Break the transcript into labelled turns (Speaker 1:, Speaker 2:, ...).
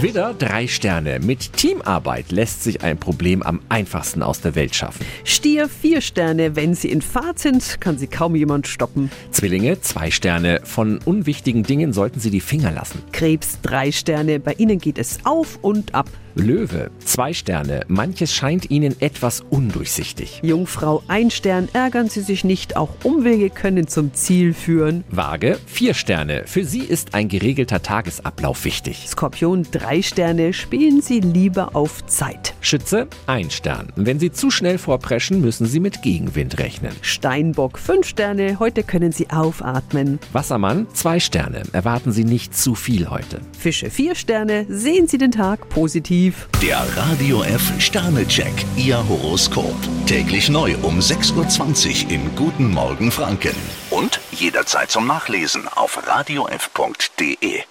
Speaker 1: Widder, drei Sterne. Mit Teamarbeit lässt sich ein Problem am einfachsten aus der Welt schaffen.
Speaker 2: Stier vier Sterne, wenn Sie in Fahrt sind, kann Sie kaum jemand stoppen.
Speaker 1: Zwillinge, zwei Sterne. Von unwichtigen Dingen sollten Sie die Finger lassen.
Speaker 2: Krebs drei Sterne, bei Ihnen geht es auf und ab.
Speaker 1: Löwe, zwei Sterne. Manches scheint Ihnen etwas undurchsichtig.
Speaker 2: Jungfrau ein Stern, ärgern Sie sich nicht, auch Umwege können zum Ziel führen.
Speaker 1: Waage, vier Sterne. Für Sie ist ein geregelter Tagesablauf wichtig.
Speaker 2: Skorpion drei Sterne, spielen Sie lieber auf Zeit.
Speaker 1: Schütze, ein Stern. Wenn Sie zu schnell vorpreschen, müssen Sie mit Gegenwind rechnen.
Speaker 2: Steinbock fünf Sterne, heute können Sie aufatmen.
Speaker 1: Wassermann, zwei Sterne. Erwarten Sie nicht zu viel heute.
Speaker 2: Fische vier Sterne, sehen Sie den Tag positiv.
Speaker 3: Der Radio F Sternecheck, Ihr Horoskop. Täglich neu um 6.20 Uhr im Guten Morgen Franken. Und jederzeit zum Nachlesen auf radiof.de.